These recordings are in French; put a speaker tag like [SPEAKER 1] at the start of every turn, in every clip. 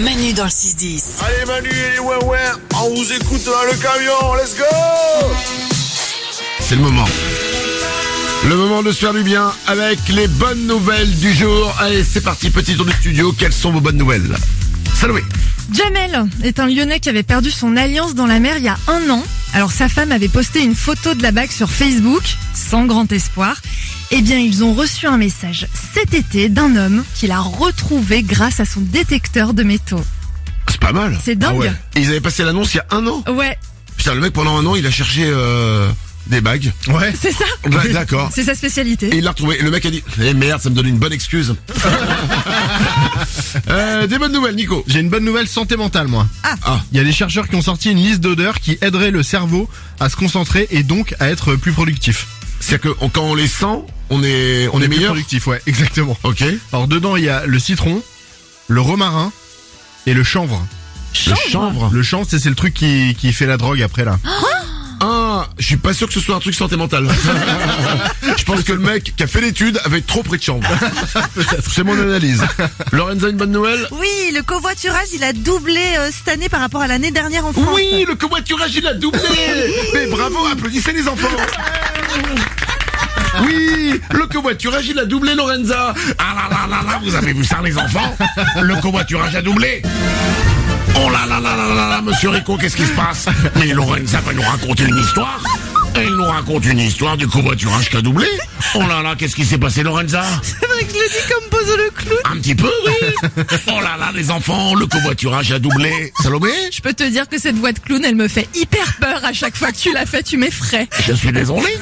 [SPEAKER 1] Manu dans le 6-10.
[SPEAKER 2] Allez Manu et les ouais ouais, on vous écoute dans le camion, let's go
[SPEAKER 3] C'est le moment. Le moment de se faire du bien avec les bonnes nouvelles du jour. Allez, c'est parti, petit tour du studio. Quelles sont vos bonnes nouvelles Salut
[SPEAKER 4] Jamel est un Lyonnais qui avait perdu son alliance dans la mer il y a un an. Alors sa femme avait posté une photo de la bague sur Facebook, sans grand espoir. Eh bien, ils ont reçu un message cet été d'un homme qu'il a retrouvé grâce à son détecteur de métaux.
[SPEAKER 3] C'est pas mal.
[SPEAKER 4] C'est dingue.
[SPEAKER 3] Ah ouais. Et Ils avaient passé l'annonce il y a un an.
[SPEAKER 4] Ouais,
[SPEAKER 3] Putain, le mec, pendant un an, il a cherché euh, des bagues.
[SPEAKER 5] Ouais.
[SPEAKER 4] c'est ça
[SPEAKER 3] Ouais, D'accord.
[SPEAKER 4] C'est sa
[SPEAKER 3] Et
[SPEAKER 4] spécialité.
[SPEAKER 3] il l'a retrouvé. Et le mec a dit Eh merde, ça me donne une bonne excuse. Euh, des bonnes nouvelles, Nico.
[SPEAKER 5] J'ai une bonne nouvelle santé mentale, moi.
[SPEAKER 4] Ah.
[SPEAKER 3] Ah.
[SPEAKER 5] Il y a des chercheurs qui ont sorti une liste d'odeurs qui aiderait le cerveau à se concentrer et donc à être plus productif.
[SPEAKER 3] C'est-à-dire que on- quand on les sent, on est, on est,
[SPEAKER 5] plus
[SPEAKER 3] meilleur.
[SPEAKER 5] productif, ouais, exactement.
[SPEAKER 3] Ok.
[SPEAKER 5] Alors dedans, il y a le citron, le romarin et le chanvre.
[SPEAKER 3] Le chanvre.
[SPEAKER 5] Le chanvre, c'est c'est le truc qui, qui fait la drogue après, là.
[SPEAKER 3] Ah, je suis pas sûr que ce soit un truc santé mentale. je pense que le mec qui a fait l'étude avait trop près de chambre. C'est mon analyse. Lorenza, une bonne nouvelle
[SPEAKER 6] Oui, le covoiturage, il a doublé euh, cette année par rapport à l'année dernière en France.
[SPEAKER 3] Oui, le covoiturage, il a doublé Mais bravo, applaudissez les enfants oui, le covoiturage il a doublé Lorenza. Ah là là là là, vous avez vu ça les enfants Le covoiturage a doublé. Oh là là là là là là, monsieur Rico, qu'est-ce qui se passe Mais Lorenza va nous raconter une histoire. Elle nous raconte une histoire du covoiturage qui a doublé. Oh là là, qu'est-ce qui s'est passé Lorenza
[SPEAKER 6] C'est vrai que je le dis comme Bozo le clown.
[SPEAKER 3] Un petit peu, oui. Oh là là les enfants, le covoiturage a doublé. Salomé
[SPEAKER 4] Je peux te dire que cette voix de clown, elle me fait hyper peur à chaque fois que tu la fais, tu m'effraies.
[SPEAKER 3] Je suis désolé.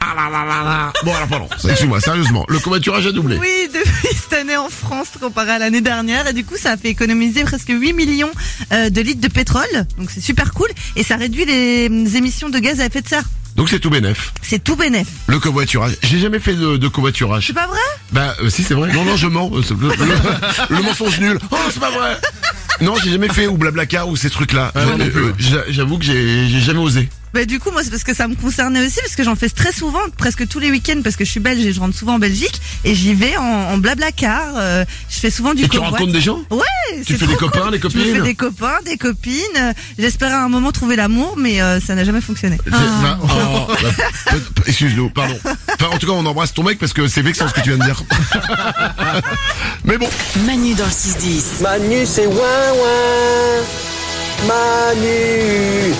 [SPEAKER 3] ah là là là là. Bon alors pardon. Excuse-moi, sérieusement. Le covoiturage a doublé.
[SPEAKER 6] Oui, depuis cette année en France comparé à l'année dernière. Et du coup, ça a fait économiser presque 8 millions euh, de litres de pétrole. Donc c'est super cool. Et ça réduit les mm, émissions de gaz à effet de serre.
[SPEAKER 3] Donc c'est tout bénef.
[SPEAKER 6] C'est tout bénef.
[SPEAKER 3] Le covoiturage. J'ai jamais fait de, de covoiturage.
[SPEAKER 6] C'est pas vrai
[SPEAKER 3] Bah euh, si c'est vrai. Non non je mens. Euh, c'est- Le, le- le mensonge nul. Oh c'est pas vrai. Non j'ai jamais fait ou blablacar ou ces trucs là.
[SPEAKER 5] moi non plus.
[SPEAKER 3] J'avoue que j'ai j'ai jamais osé.
[SPEAKER 6] Bah du coup, moi, c'est parce que ça me concernait aussi, parce que j'en fais très souvent, presque tous les week-ends, parce que je suis belge et je rentre souvent en Belgique. Et j'y vais en, en blabla car. euh, je fais souvent du
[SPEAKER 3] Et tu
[SPEAKER 6] covoit.
[SPEAKER 3] rencontres des gens
[SPEAKER 6] Ouais,
[SPEAKER 3] Tu
[SPEAKER 6] c'est
[SPEAKER 3] fais des
[SPEAKER 6] trop
[SPEAKER 3] copains, des
[SPEAKER 6] cool. Je me
[SPEAKER 3] copines
[SPEAKER 6] fais des copains, des copines. Euh, J'espérais à un moment trouver l'amour, mais euh, ça n'a jamais fonctionné.
[SPEAKER 3] Bah, oh, bah, peut- Excuse-nous, pardon. Enfin, en tout cas, on embrasse ton mec parce que c'est vexant ce que tu viens de dire. Mais bon.
[SPEAKER 1] Manu dans le 6-10.
[SPEAKER 7] Manu c'est ouin ouin Manu